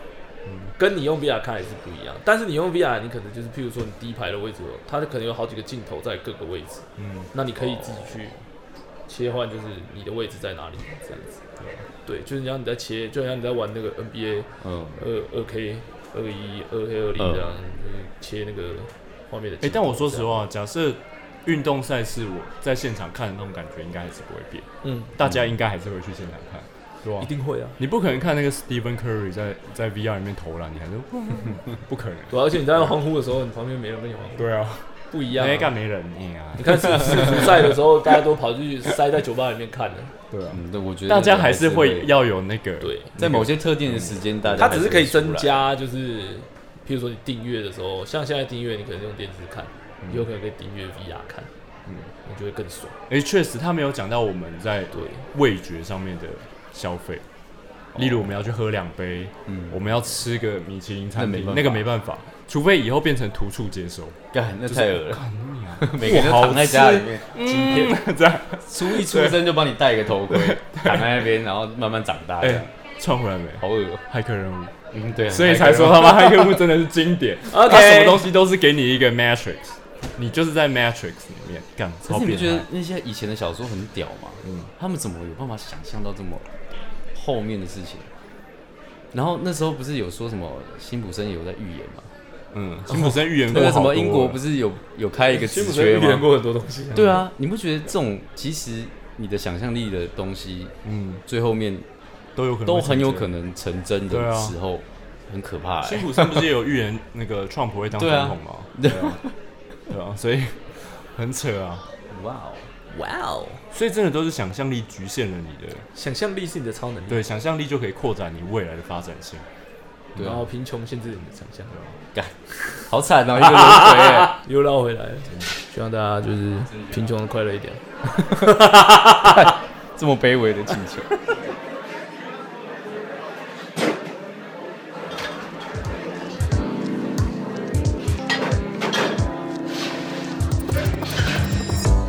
S2: 跟你用 VR 看还是不一样。但是你用 VR，你可能就是譬如说你第一排的位置哦，它可能有好几个镜头在各个位置，
S6: 嗯，
S2: 那你可以自己去切换，就是你的位置在哪里这样子。对，就是像你在切，就像你在玩那个 NBA
S5: 嗯，
S2: 二二 K 二一二 K 二零这样，就是切那个画面的。
S6: 哎、但我说实，话，假设运动赛事我在现场看的那种感觉，应该还是不会变，
S2: 嗯，
S6: 大家应该还是会去现场看，对吧、
S2: 一定会啊。
S6: 你不可能看那个 Stephen Curry 在在 VR 里面投篮，你还是不可能。
S2: 对啊，而且你在欢呼的时候，你旁边没人跟你欢呼，
S6: 对啊，
S2: 不一样、
S6: 那干
S2: 啊。
S6: 没人你啊
S2: 你，看世世足赛的时候，大家都跑去塞在酒吧里面看的。
S6: 对啊，
S5: 嗯，对，我觉得
S6: 大家
S5: 那个
S6: 还是会
S5: 会嗯
S6: 要有那个，
S2: 对，
S5: 在某些特定的时间，大家
S2: 它只是可
S5: 还
S2: 以
S5: 会出来
S2: 增，加，就是譬如说你订阅的时候，像现在订阅你可能用电视看，有可能可以订阅 VR 看，嗯，你就会更爽。
S6: 哎、确实他没有讲到我们在
S2: 对，
S6: 味觉上面的消费。例如我们要去喝两杯，
S5: 哦嗯
S6: 我们要吃个米其林餐
S5: 那没
S6: 厅
S5: 办，法
S6: 那个没办法，除非以后变成突触接收，
S5: 干那太恶了， 每个
S6: 我
S5: 人
S6: 好
S5: 躺在家里面，
S6: 嗯， 这样。
S5: 出一出生就帮你戴一个头盔，躺在那边，然后慢慢长大，
S6: 哎、
S5: 这样
S6: 串回来没？
S5: 好恶哦，
S6: 骇客任务，
S5: 嗯，对啊，
S6: 所以才 说他妈骇客任务真的是经典。
S2: OK
S6: 他什么东西都是给你一个 matrix，你就是在 matrix 里面干，
S5: 可
S6: 超
S5: 是你
S6: 变
S5: 不觉得
S6: 态。
S5: 那些以前的小说很屌吗？嗯，他们怎么有办法想象到这么后面的事情？然后那时候不是有说什么辛普森有在预言吗？
S6: 嗯，辛普森预言
S5: 那
S6: 过
S5: 个
S6: 好
S5: 什
S6: 多
S5: 么
S6: 了
S5: 英国不是有有开一个职
S2: 所以
S5: 缺
S2: 预言
S5: 吗？
S2: 过很多东西。
S5: 对啊，你不觉得这种其实你的想象力的东西，
S6: 嗯
S5: 最后面
S6: 都有可能
S5: 都
S6: 会成
S5: 很有
S6: 真
S5: 可。能成真
S6: 对
S5: 的
S6: 啊
S5: 时候，很可怕、
S6: 辛
S5: 欸。
S6: 普森不是也有预言那个 Trump 会当总
S5: 对啊
S6: 统吗？对啊，对啊，所以很扯啊。
S5: 哇哦，
S2: 哇哦，
S6: 所以真的都是想象力局限了你的，
S5: 嗯
S2: 想象力是你的超能力，
S6: 对，想象力就可以扩展你未来的发展性。
S5: 对
S2: 然
S5: 啊
S2: 后，贫穷限制你的想象。
S5: 干，好惨哦、一个轮回、欸。
S2: 又绕回来了，希望大家就是贫穷的快乐一点。
S5: 这么卑微的请求。
S1: Hey, thanks.